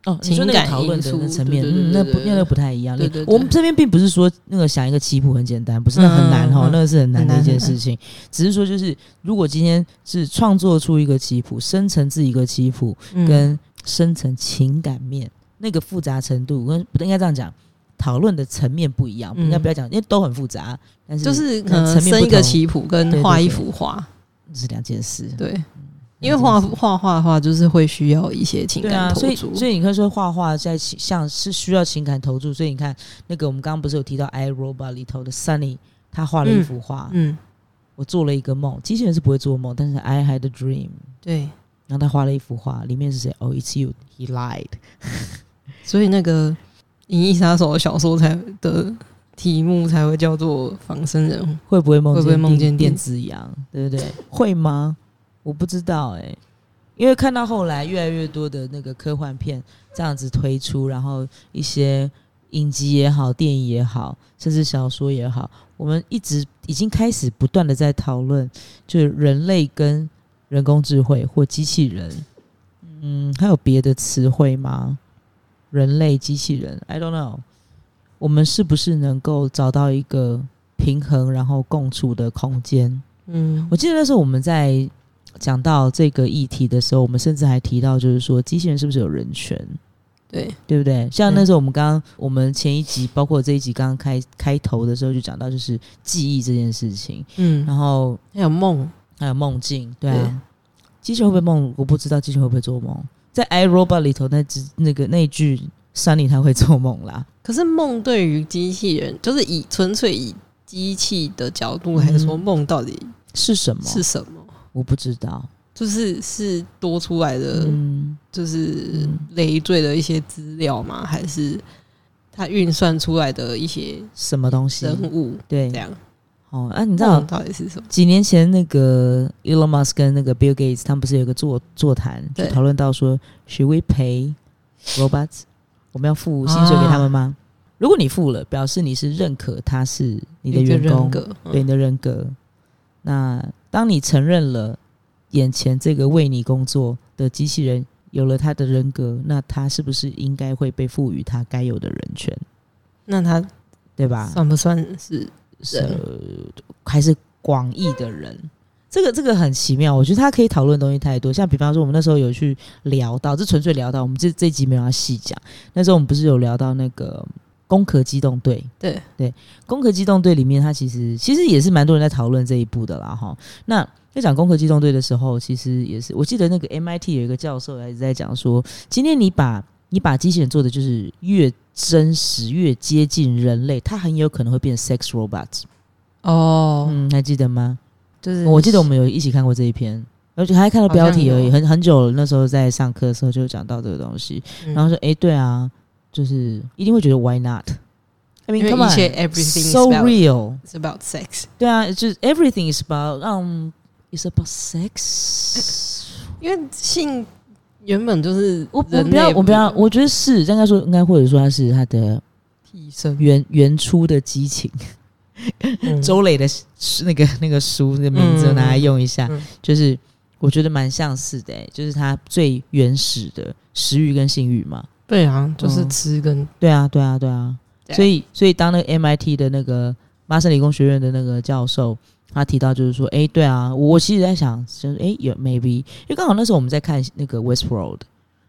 S1: 哦，你说那个
S2: 情感
S1: 讨论
S2: 因
S1: 的
S2: 素
S1: 那层面，
S2: 对对对
S1: 嗯，那不
S2: 对对
S1: 那个不太一样。
S2: 对对对
S1: 我们这边并不是说那个想一个棋谱很简单，不是那很难
S2: 嗯
S1: 哈
S2: 嗯，
S1: 那个是很难的一件
S2: 很难
S1: 事情。只是说，就是如果今天是创作出一个棋谱，生成自己一个棋谱，
S2: 嗯
S1: 跟生成情感面那个复杂程度，跟不应该这样讲。讨论的层面不一样，
S2: 嗯
S1: 应该不要讲，因为都很复杂，但是
S2: 就是可
S1: 嗯
S2: 能
S1: 层面
S2: 生
S1: 不
S2: 一个
S1: 同
S2: 棋谱跟
S1: 对
S2: 画
S1: 对
S2: 一
S1: 对
S2: 幅画，
S1: 是两件事。
S2: 对，因为画画画的话，就是会需要一些情
S1: 对
S2: 感
S1: 啊，
S2: 投
S1: 所以
S2: 注。
S1: 所以你看说画画在情像是需要情感投注，所以你看那个我们刚刚不是有提到《I Robot》里头的 Sunny，他画了一幅画，
S2: 嗯，
S1: 我做了一个梦，机器人是不会做梦，但是 I had a dream，
S2: 对，
S1: 然后他画了一幅画，里面是谁？哦、i t s you，he lied，
S2: 所以那个《银翼杀手》的小说才的题目才会叫做《仿生人》。
S1: 会不会梦
S2: 会不会梦见
S1: 电
S2: 电
S1: 子羊？ 对不对？会吗？我不知道哎、因为看到后来越来越多的那个科幻片这样子推出，然后一些。影集也好，电影也好，甚至小说也好，我们一直已经开始不断的在讨论，就是人类跟人工智慧或机器人，嗯，还有别的词汇吗？人类、机器人，I don't know，我们是不是能够找到一个平衡，然后共处的空间？
S2: 嗯
S1: 我记得那时候我们在讲到这个议题的时候，我们甚至还提到，就是说机器人是不是有人权，
S2: 对，
S1: 对不对？像
S2: 嗯
S1: 那时候我们刚刚、我们前一集，包括这一集刚刚开开头的时候就讲到，就是记忆这件事情，
S2: 嗯，
S1: 然后
S2: 还有梦，
S1: 还有梦境，对啊。机器人会不会梦？我不知道机器人会不会做梦。在《I Robot》里头那只那个那一句山里他会做梦啦，
S2: 可是梦对于机器人，就是以纯粹以机器的角度来说，
S1: 嗯
S2: 梦到底
S1: 是什么？
S2: 是什么？
S1: 我不知道。
S2: 就是是多出来的，
S1: 嗯，
S2: 就是
S1: 嗯
S2: 累赘的一些资料吗？还是它运算出来的一些
S1: 什么东西？
S2: 生物？
S1: 对
S2: 这，样，
S1: 哦，啊，嗯你知道
S2: 梦到底是什么？
S1: 几年前，那个 Elon Musk 跟那个 Bill Gates 他们不是有一个座座谈，就
S2: 对
S1: 讨论到说，Should we pay robots？我们要付薪水给他们
S2: 啊
S1: 吗？如果你付了，表示你是认可他是你的
S2: 一个
S1: 员工
S2: 人，格，嗯
S1: 对你的人格。那当你承认了眼前这个为你工作的机器人有了他的人格，那他是不是应该会被赋予他该有的人权？
S2: 那它
S1: 对吧？
S2: 算不算是
S1: 呃，还是广义的人。这个这个很奇妙，我觉得他可以讨论的东西太多。像比方说，我们那时候有去聊到，这纯粹聊到，我们这这集没有要细讲。那时候我们不是有聊到那个《攻壳机动队》
S2: 对
S1: 对，《攻壳机动队》里面，它其实其实也是蛮多人在讨论这一部的啦哈。那在讲《攻壳机动队》的时候，其实也是我记得那个 MIT 有一个教授一直在讲说，今天你把你把机器人做的就是越真实越接近人类，它很有可能会变 sex robot。
S2: 哦，
S1: 嗯，还记得吗？
S2: 就是
S1: 我记得我们有一起看过这一篇，而且还看了标题而已，
S2: 好像有
S1: 很很久了。那时候在上课的时候就讲到这个东西，
S2: 嗯
S1: 然后说，诶，对啊，就是一定会觉得 why not？I mean,
S2: 因为
S1: come
S2: 一
S1: on,
S2: 切 everything is
S1: so
S2: about-
S1: real.
S2: it's about sex，
S1: 对啊，就是 everything is about um, is about sex.
S2: 因为性原本就是
S1: 我我
S2: 人
S1: 不要，
S2: 类
S1: 我不要，我觉得是应该说，应该或者说它是它的
S2: 替身
S1: 原原初的激情。
S2: 嗯
S1: 周磊的那个那个书的名字
S2: 嗯
S1: 拿来用一下，
S2: 嗯
S1: 就是我觉得蛮相似的、欸，就是他最原始的食欲跟性欲嘛。
S2: 对啊，就是
S1: 嗯
S2: 吃跟
S1: 对啊，对啊，对啊。
S2: 对
S1: 所以，所以当那个 MIT 的那个麻省理工学院的那个教授，他提到就是说，诶，对啊，我其实在想，就是诶，有 maybe，因为刚好那时候我们在看那个 Westworld，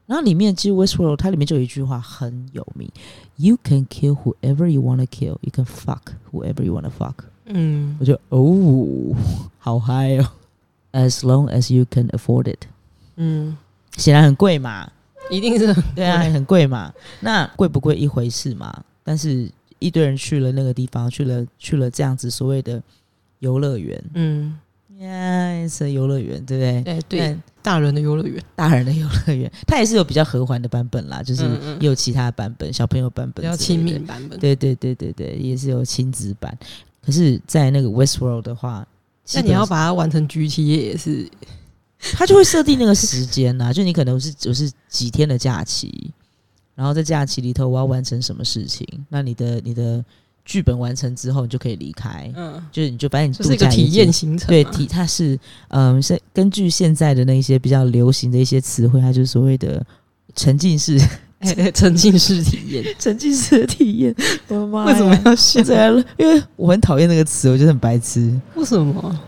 S1: 然后里面其实 Westworld 它里面就有一句话很有名，You can kill whoever you wanna kill, you can fuck whoever you wanna fuck。
S2: 嗯
S1: 我就哦，好嗨哦！As long as you can afford it，
S2: 嗯，
S1: 显然很贵 嘛，
S2: 一定是
S1: 对啊，
S2: 对
S1: 很贵嘛。那贵不贵一回事嘛，但是一堆人去了那个地方，去了去了这样子所谓的游乐园
S2: 嗯，
S1: ，yes，游乐园，对不对？
S2: 哎对对，，大人的游乐园，
S1: 大人的游乐园，它也是有比较和缓的版本啦，就是
S2: 嗯嗯
S1: 也有其他版本，小朋友版
S2: 比
S1: 本，
S2: 较亲密。版本。
S1: 对对对对对，也是有亲子版。可是，在那个 Westworld 的话，
S2: 那
S1: 基
S2: 你
S1: 本
S2: 要把它完成 GTA 也是
S1: 他就会设定那个时间啊呐、就你可能是我是几天的假期，然后在假期里头我要完成什么事情，那你的你的剧本完成之后，你就可以离开，
S2: 嗯，
S1: 就是你就反正你
S2: 就是
S1: 度
S2: 一个
S1: 假
S2: 体
S1: 也
S2: 验
S1: 结
S2: 行程
S1: 对
S2: 嘛，
S1: 体，它是嗯，是根据现在的那一些比较流行的一些词汇，它就是所谓的沉浸 式
S2: 哎沉浸式体验。
S1: 沉浸式的体验。啊我的妈
S2: 为什么
S1: 呀？
S2: 要笑
S1: 现？在，因为我很讨厌那个词，我觉得很白痴。
S2: 为什么？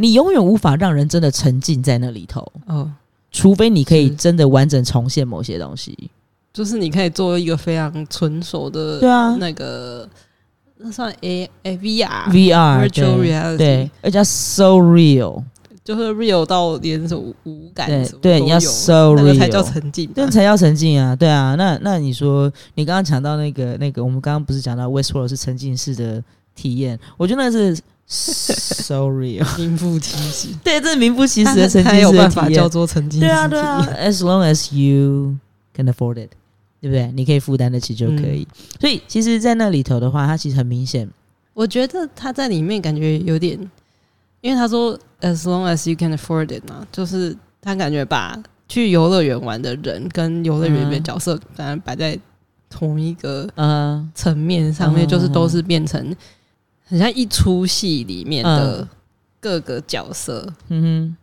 S1: 你永远无法让人真的沉浸在那里头，
S2: 哦，
S1: 除非你可以
S2: 是
S1: 真的完整重现某些东西。
S2: 就是你可以作为一个非常纯熟的，
S1: 对啊
S2: 那个那算 A A V R
S1: VR
S2: virtual
S1: 对
S2: reality，
S1: 对，而且要 so real，
S2: 就是 real 到连什么无感
S1: 对
S2: 哎什么
S1: 对，
S2: 都
S1: 你要
S2: 有
S1: so
S2: 那个才叫
S1: real，
S2: 沉浸吧。啊
S1: 这才叫沉浸啊，对啊。那那你说，你刚刚讲到那个那个，我们刚刚不是讲到 Westworld 是沉浸式的体验？我觉得那是 so real，
S2: 名副其实，
S1: 对，这是名副其
S2: 他
S1: 实的沉
S2: 他
S1: 浸
S2: 有
S1: 式的
S2: 办
S1: 体
S2: 法叫
S1: 验。
S2: 做沉浸式
S1: 对啊，
S2: 体
S1: 对
S2: 验
S1: 啊，as long as you can afford it，对不对？你可以负担得起就可以。
S2: 嗯
S1: 所以其实，在那里头的话，它其实很明显，
S2: 我觉得他在里面感觉有点，因为他说 as long as you can afford it 嘛，就是他感觉把去游乐园玩的人跟游乐园里面
S1: 嗯
S2: 角色当然摆在同一个
S1: 嗯
S2: 层面上面，
S1: 嗯
S2: 就是都是变成很像一出戏里面的各个角色。
S1: 嗯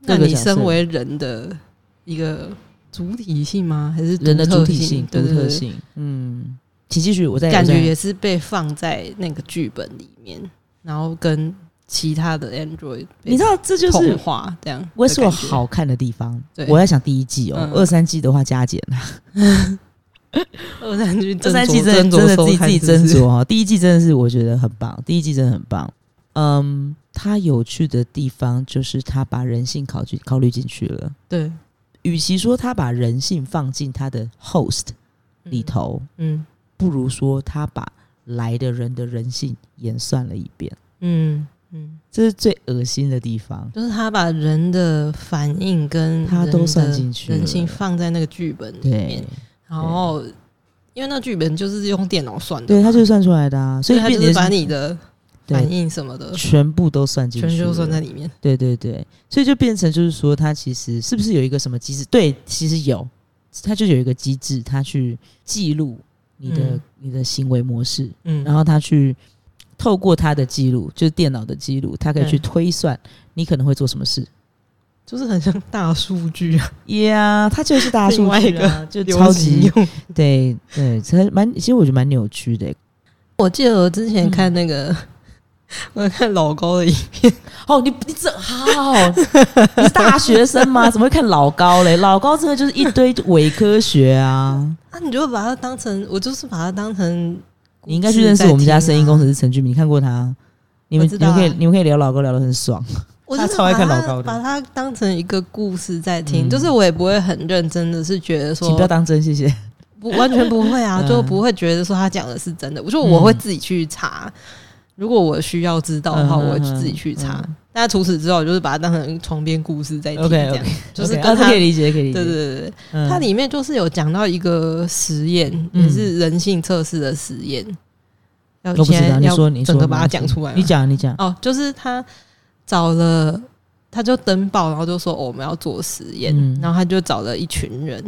S2: 那
S1: 各个
S2: 你
S1: 角色
S2: 身为人的一个主体性吗？还是
S1: 哼，人的主
S2: 特
S1: 体性、
S2: 对
S1: 独
S2: 对
S1: 特
S2: 对，
S1: 性，嗯，请继续，我在
S2: 感
S1: 我
S2: 觉
S1: 在
S2: 也是被放在那个剧本里面，然后跟其他的 Android 被
S1: 你知道这就是
S2: 同化这样的感觉。
S1: 我所好看的地方
S2: 对。
S1: 我在想第一季哦
S2: 嗯，
S1: 二三季的话加减啊，
S2: 二三句，
S1: 二三季
S2: 斟
S1: 真的
S2: 酌
S1: 真的
S2: 收
S1: 自己自
S2: 看
S1: 己
S2: 是不
S1: 斟
S2: 是
S1: 酌哈。第一季真的是我觉得很棒，第一季真的很棒。嗯，它有趣的地方就是它把人性考虑考虑进去了。
S2: 对
S1: 与其说他把人性放进他的 host 里，头，
S2: 嗯
S1: 不如说他把来的人的人性演算了一遍，
S2: 嗯嗯，
S1: 这是最恶心的地方。
S2: 就是他把人的反应跟
S1: 他都
S2: 嗯人的
S1: 算进去了
S2: 人性放在那个剧本里
S1: 对
S2: 面，，然后因为那剧本就是用电脑算的，
S1: 对，他就是算出来的啊，所以
S2: 他
S1: 变
S2: 就
S1: 成
S2: 是把你的反
S1: 对
S2: 应什么的
S1: 全部都算进
S2: 全
S1: 去，
S2: 就算在。里面。
S1: 对对对，所以就变成就是说，他其实是不是有一个什么机制？对，其实有，他就有一个机制，他去记录你的、
S2: 嗯
S1: 你的行为模式，
S2: 嗯，
S1: 然后他去透过他的记录，就是电脑的记录，他可以去
S2: 嗯
S1: 推算你可能会做什么事。
S2: 就是很像大数据啊，
S1: 呀，他就是大数
S2: 另外一
S1: 据啊
S2: 个，
S1: 就
S2: 流
S1: 超
S2: 行
S1: 级
S2: 用。
S1: 对对，其实蛮，其实我觉得蛮扭曲的。
S2: 我记得我之前看
S1: 嗯
S2: 那个， 我看老高的影
S1: 哦，你你这好，你是大学生吗？怎么会看老高嘞？ 老高真的就是一堆伪科学 啊！
S2: 啊，你就把它当成，我就是把它当成。
S1: 你应该去认识我
S2: 啊
S1: 们家声音工程师陈俊明，你看过他？你们、
S2: 我知
S1: 你
S2: 道
S1: 们
S2: 啊
S1: 可以你们可以聊老高聊得很爽。
S2: 我
S1: 他
S2: 就是
S1: 超爱
S2: 把
S1: 看
S2: 它
S1: 老高的
S2: 把它当成一个故事在听，
S1: 嗯
S2: 就是我也不会很认真的是觉得
S1: 请不要
S2: 说
S1: 当真，谢谢。
S2: 不完全不会啊，
S1: 嗯
S2: 就不会觉得说他讲的是真的。我说我会自己去查，如果我需要知道的话，
S1: 嗯嗯嗯嗯
S2: 我会自己去查
S1: 嗯。
S2: 但除此之外，我就是把它当成床边故事在听，这
S1: OK，OK
S2: 样就是
S1: OK，
S2: 跟
S1: 啊这
S2: 他
S1: 可以理解，可以理
S2: 对
S1: 解。
S2: 对对对，
S1: 嗯
S2: 它里面就是有讲到一个实验，
S1: 嗯
S2: 也是人性测试的实验。要
S1: 我不知
S2: 现在
S1: 道，你
S2: 要
S1: 说你说
S2: 整个
S1: 你
S2: 把它
S1: 说
S2: 讲出来吗
S1: 你讲你讲，
S2: 哦，就是他找了，他就登报，然后就说、哦我们要做实验，
S1: 嗯
S2: 然后他就找了一群人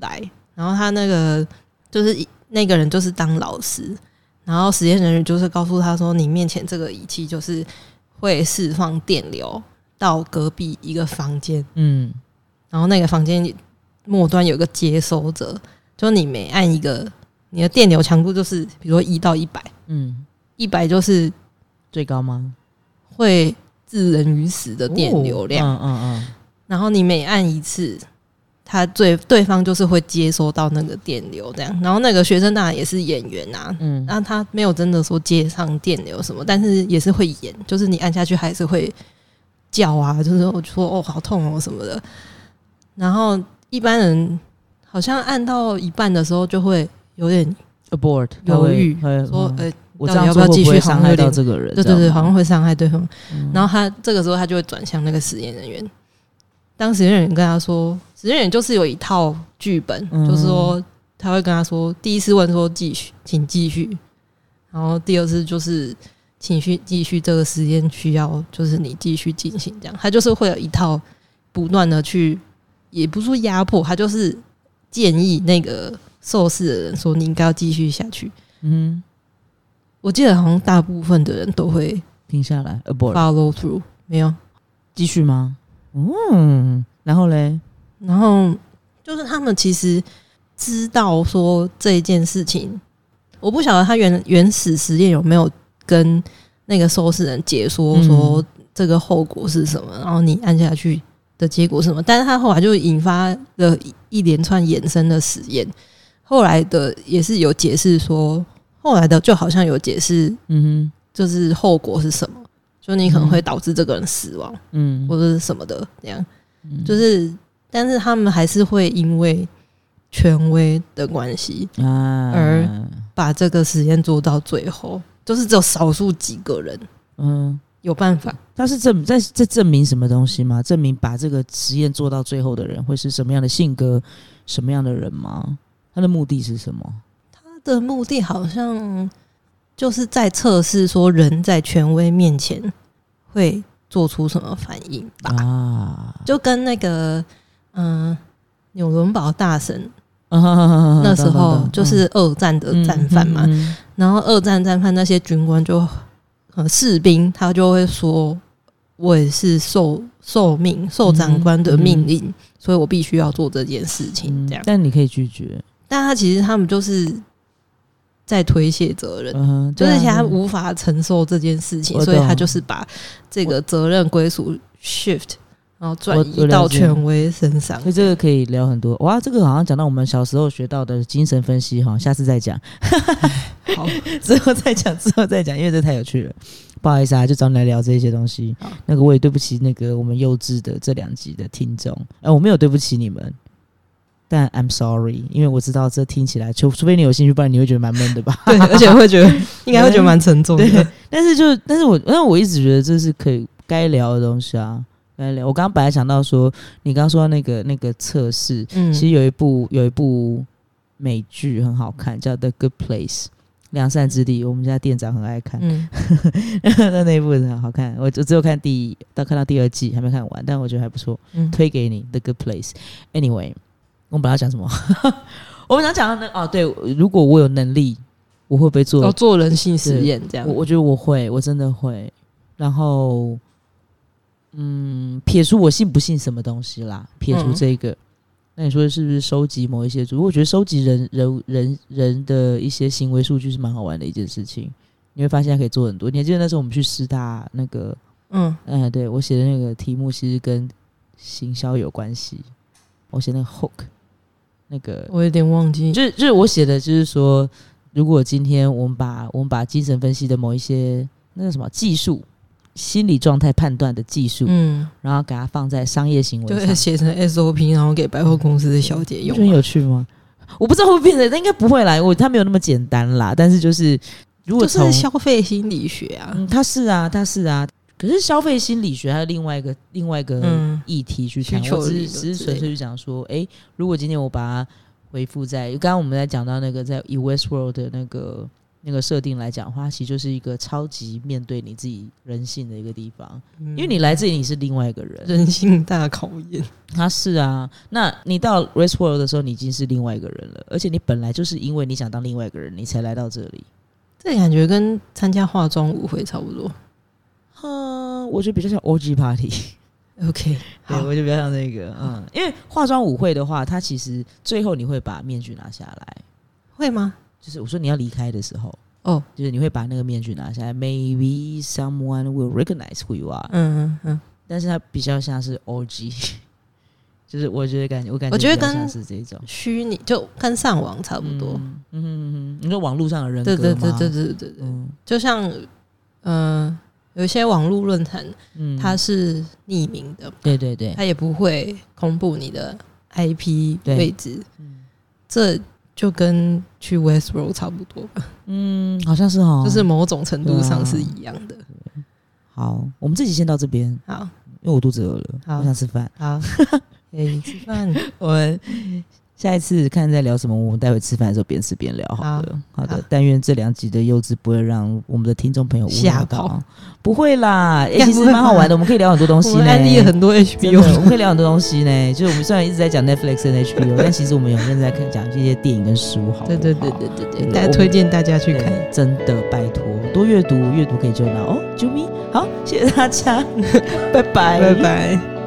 S2: 来，然后他那个就是一那个人就是当老师，然后实验人员就是告诉他说，你面前这个仪器就是会释放电流到隔壁一个房间，
S1: 嗯
S2: 然后那个房间末端有一个接收者，就你每按一个，你的电流强度就是比如说一到一百，
S1: 嗯，
S2: 一百就是
S1: 最高吗？
S2: 会致人于死的电流量。
S1: 哦嗯嗯
S2: 然后你每按一次，他最对方就是会接收到那个电流，这样。然后那个学生当然也是演员啊，
S1: 嗯嗯，
S2: 那他没有真的说接上电流什么，但是也是会演，就是你按下去还是会叫啊，就是我说哦好痛哦什么的。然后一般人好像按到一半的时候就会有点
S1: abort
S2: 犹豫
S1: 他会
S2: 说，
S1: 嗯
S2: 呃、
S1: 我
S2: 到
S1: 这样
S2: 底要不
S1: 做
S2: 要
S1: 会
S2: 继
S1: 不
S2: 续
S1: 会
S2: 好像
S1: 伤害
S2: 有
S1: 到
S2: 点
S1: 这个人？
S2: 对
S1: 这
S2: 对
S1: 样
S2: 对，
S1: 吗
S2: 好像会伤害对方。
S1: 嗯
S2: 然后他这个时候他就会转向那个实验人员。当实验人员跟他说，实验人员就是有一套剧本，
S1: 嗯
S2: 就是说他会跟他说，第一次问说继续，请继续，然后第二次就是请续继续这个实验需要就是你继续进行这样，他就是会有一套不断的去，也不是说压迫，他就是建议那个受试的人说你应该要继续下去。
S1: 嗯，
S2: 我记得好像大部分的人都会
S1: 停下来 abort
S2: follow through，没有。
S1: 继续吗？嗯，然后嘞，
S2: 然后就是他们其实知道说这件事情，我不晓得他原原始实验有没有跟那个受试人解说
S1: 嗯
S2: 说这个后果是什么，然后你按下去的结果是什么，但是他后来就引发了一一连串衍生的实验，后来的也是有解释说，后来的就好像有解释
S1: 嗯
S2: 就是后果是什么，就你可能会导致这个人死亡
S1: 哼嗯
S2: 或者是什么的这样。
S1: 嗯
S2: 就是，但是他们还是会因为权威的关系，
S1: 啊
S2: 而把这个实验做到最后，就是只有少数几个人
S1: 嗯。
S2: 有办法。
S1: 他是证在在证明什么东西吗？证明把这个实验做到最后的人会是什么样的性格，什么样的人吗？他的目的是什么？
S2: 他的目的好像就是在测试说人在权威面前会做出什么反应吧，
S1: 啊，
S2: 就跟那个嗯、呃纽伦堡大神
S1: 那啊
S2: 那时候就是二战的战犯嘛，
S1: 嗯
S2: 然后二战战犯那些军官就呃士兵，他就会说，我也是受受命受长官的命
S1: 嗯
S2: 令，所以我必须要做这件事情。嗯这样，
S1: 但你可以拒绝，
S2: 但他其实他们就是在推卸责任。
S1: 嗯，
S2: 呃就
S1: 对啊
S2: 是其实他无法承受这件事情，
S1: 我
S2: 所以他
S1: 懂
S2: 就是把这个责任归属 shift，然后转
S1: 我我
S2: 移
S1: 了
S2: 到
S1: 解
S2: 权威身上
S1: 所。以这个可以聊很多哇，这个好像讲到我们小时候学到的精神分析哈，下次再讲，
S2: 好，
S1: 之后再讲，之后再讲，因为这太有趣了。不好意思啊，就找你来聊这些东西
S2: 好。
S1: 那个我也对不起那个我们幼稚的这两集的听众，呃，我没有对不起你们，但 I'm sorry，因为我知道这听起来，除除非你有兴趣，不然你会觉得蛮闷的吧？
S2: 对，而且会觉得应该会觉得蛮沉重的。
S1: 对， 但是就，但是我，但我一直觉得这是可以该聊的东西啊，该聊。我刚刚本来想到说，你刚刚说到那个那个测试，
S2: 嗯
S1: 其实有一部有一部美剧很好看，叫《The Good Place》良善之地，我们家店长很爱看，
S2: 嗯，
S1: 那那一部很好看。我只只有看第一到看到第二季还没看完，但我觉得还不错，
S2: 嗯
S1: 推给你《The Good Place》。Anyway，我们本来要讲什么？ 我们想讲到那哦，对，如果我有能力，我会不会做
S2: 要哦做人性实验这样
S1: 我。我觉得我会，我真的会。然后，嗯，撇除我信不信什么东西啦，撇除
S2: 嗯
S1: 这个，那你说是不是收集某一些组？我觉得收集人人人人的一些行为数据是蛮好玩的一件事情。你会发现它可以做很多。你还记得那时候我们去师大那个，
S2: 嗯，
S1: 嗯，对我写的那个题目其实跟行销有关系。我写那个 hook，那个
S2: 我有点忘记。
S1: 就是就是我写的，就是说，如果今天我们把我们把精神分析的某一些那个什么技术、心理状态判断的技术，
S2: 嗯，
S1: 然后给它放在商业行为
S2: 就是
S1: 上，
S2: 写成 SOP，然后给百货公司的小姐
S1: 你不觉得
S2: 用啊
S1: 很。有趣吗？我不知道会不会变成，但应该不会啦。我它没有那么简单啦，但是就是如果
S2: 就
S1: 从
S2: 是消费心理学啊。
S1: 嗯，它是啊，它是啊。可是消费心理学还有另外一个另外一个
S2: 嗯
S1: 议题去
S2: 需
S1: 谈，
S2: 求
S1: 我只
S2: 理
S1: 是
S2: 论
S1: 只
S2: 之
S1: 是纯
S2: 类
S1: 粹去讲说，诶，如果今天我把它回复在刚刚我们在讲到那个在以 Westworld 的那个那个设定来讲的话，其实就是一个超级面对你自己人性的一个地方，
S2: 因
S1: 嗯因为你来这里你是另外一个人，
S2: 人性大考验。
S1: 他是啊，那你到 Westworld 的时候，你已经是另外一个人了，而且你本来就是因为你想当另外一个人，你才来到这里。
S2: 这感觉跟参加化妆舞会差不多。
S1: 嗯，我觉得比较像 OG party。
S2: OK，
S1: 对，
S2: 好，
S1: 我就比较像那个，嗯，因为化妆舞会的话，它其实最后你会把面具拿下来，
S2: 会吗？
S1: 就是我说你要离开的时候，
S2: 哦，
S1: 就是你会把那个面具拿下来。Maybe someone will recognize who you are，、
S2: 嗯嗯
S1: 但是它比较像是 OG，就是我觉得感觉我感觉
S2: 我觉得
S1: 比较像
S2: 跟
S1: 是这种
S2: 嗯，虚拟就跟上网差不多。
S1: 嗯嗯嗯嗯，你说网络上的人格
S2: 对对对
S1: 吗
S2: 对，对对对，
S1: 嗯
S2: 就像嗯，有一些网络论坛
S1: 嗯，
S2: 它是匿名的，
S1: 对对对，
S2: 他也不会公布你的 IP
S1: 对
S2: 位置，
S1: 嗯
S2: 这就跟去 Westworld 差不多吧，
S1: 嗯，好像是哦，
S2: 就是某种程度
S1: 对啊
S2: 上是一样的。
S1: 好，我们这集先到这边，
S2: 好
S1: 因为我肚子饿了，
S2: 好
S1: 我想吃饭。
S2: 好，可以吃饭，
S1: 我们下一次看在聊什么，我们待会吃饭的时候边吃边聊好了。好的
S2: 好，
S1: 但愿这两集的幼稚不会让我们的听众朋友无聊
S2: 吓
S1: 到
S2: 跑，
S1: 不会 啦，诶
S2: 该
S1: 其
S2: 不
S1: 实
S2: 会
S1: 蛮好玩的，
S2: 吧
S1: 我们可以聊很多东西
S2: 我
S1: 呢
S2: 们。安利了很多
S1: 真的，我
S2: HBO，
S1: 们可以聊很多东西呢。就是我们虽然一直在讲 Netflix 跟 HBO，但其实我们有认真在看讲这些电影跟书，好不好？
S2: 对对对对对
S1: 对
S2: 对，大家推荐大家去看。
S1: 对真的拜托多 阅读，阅读可以救脑哦。啾咪，好，谢谢大家，拜拜，
S2: 拜拜。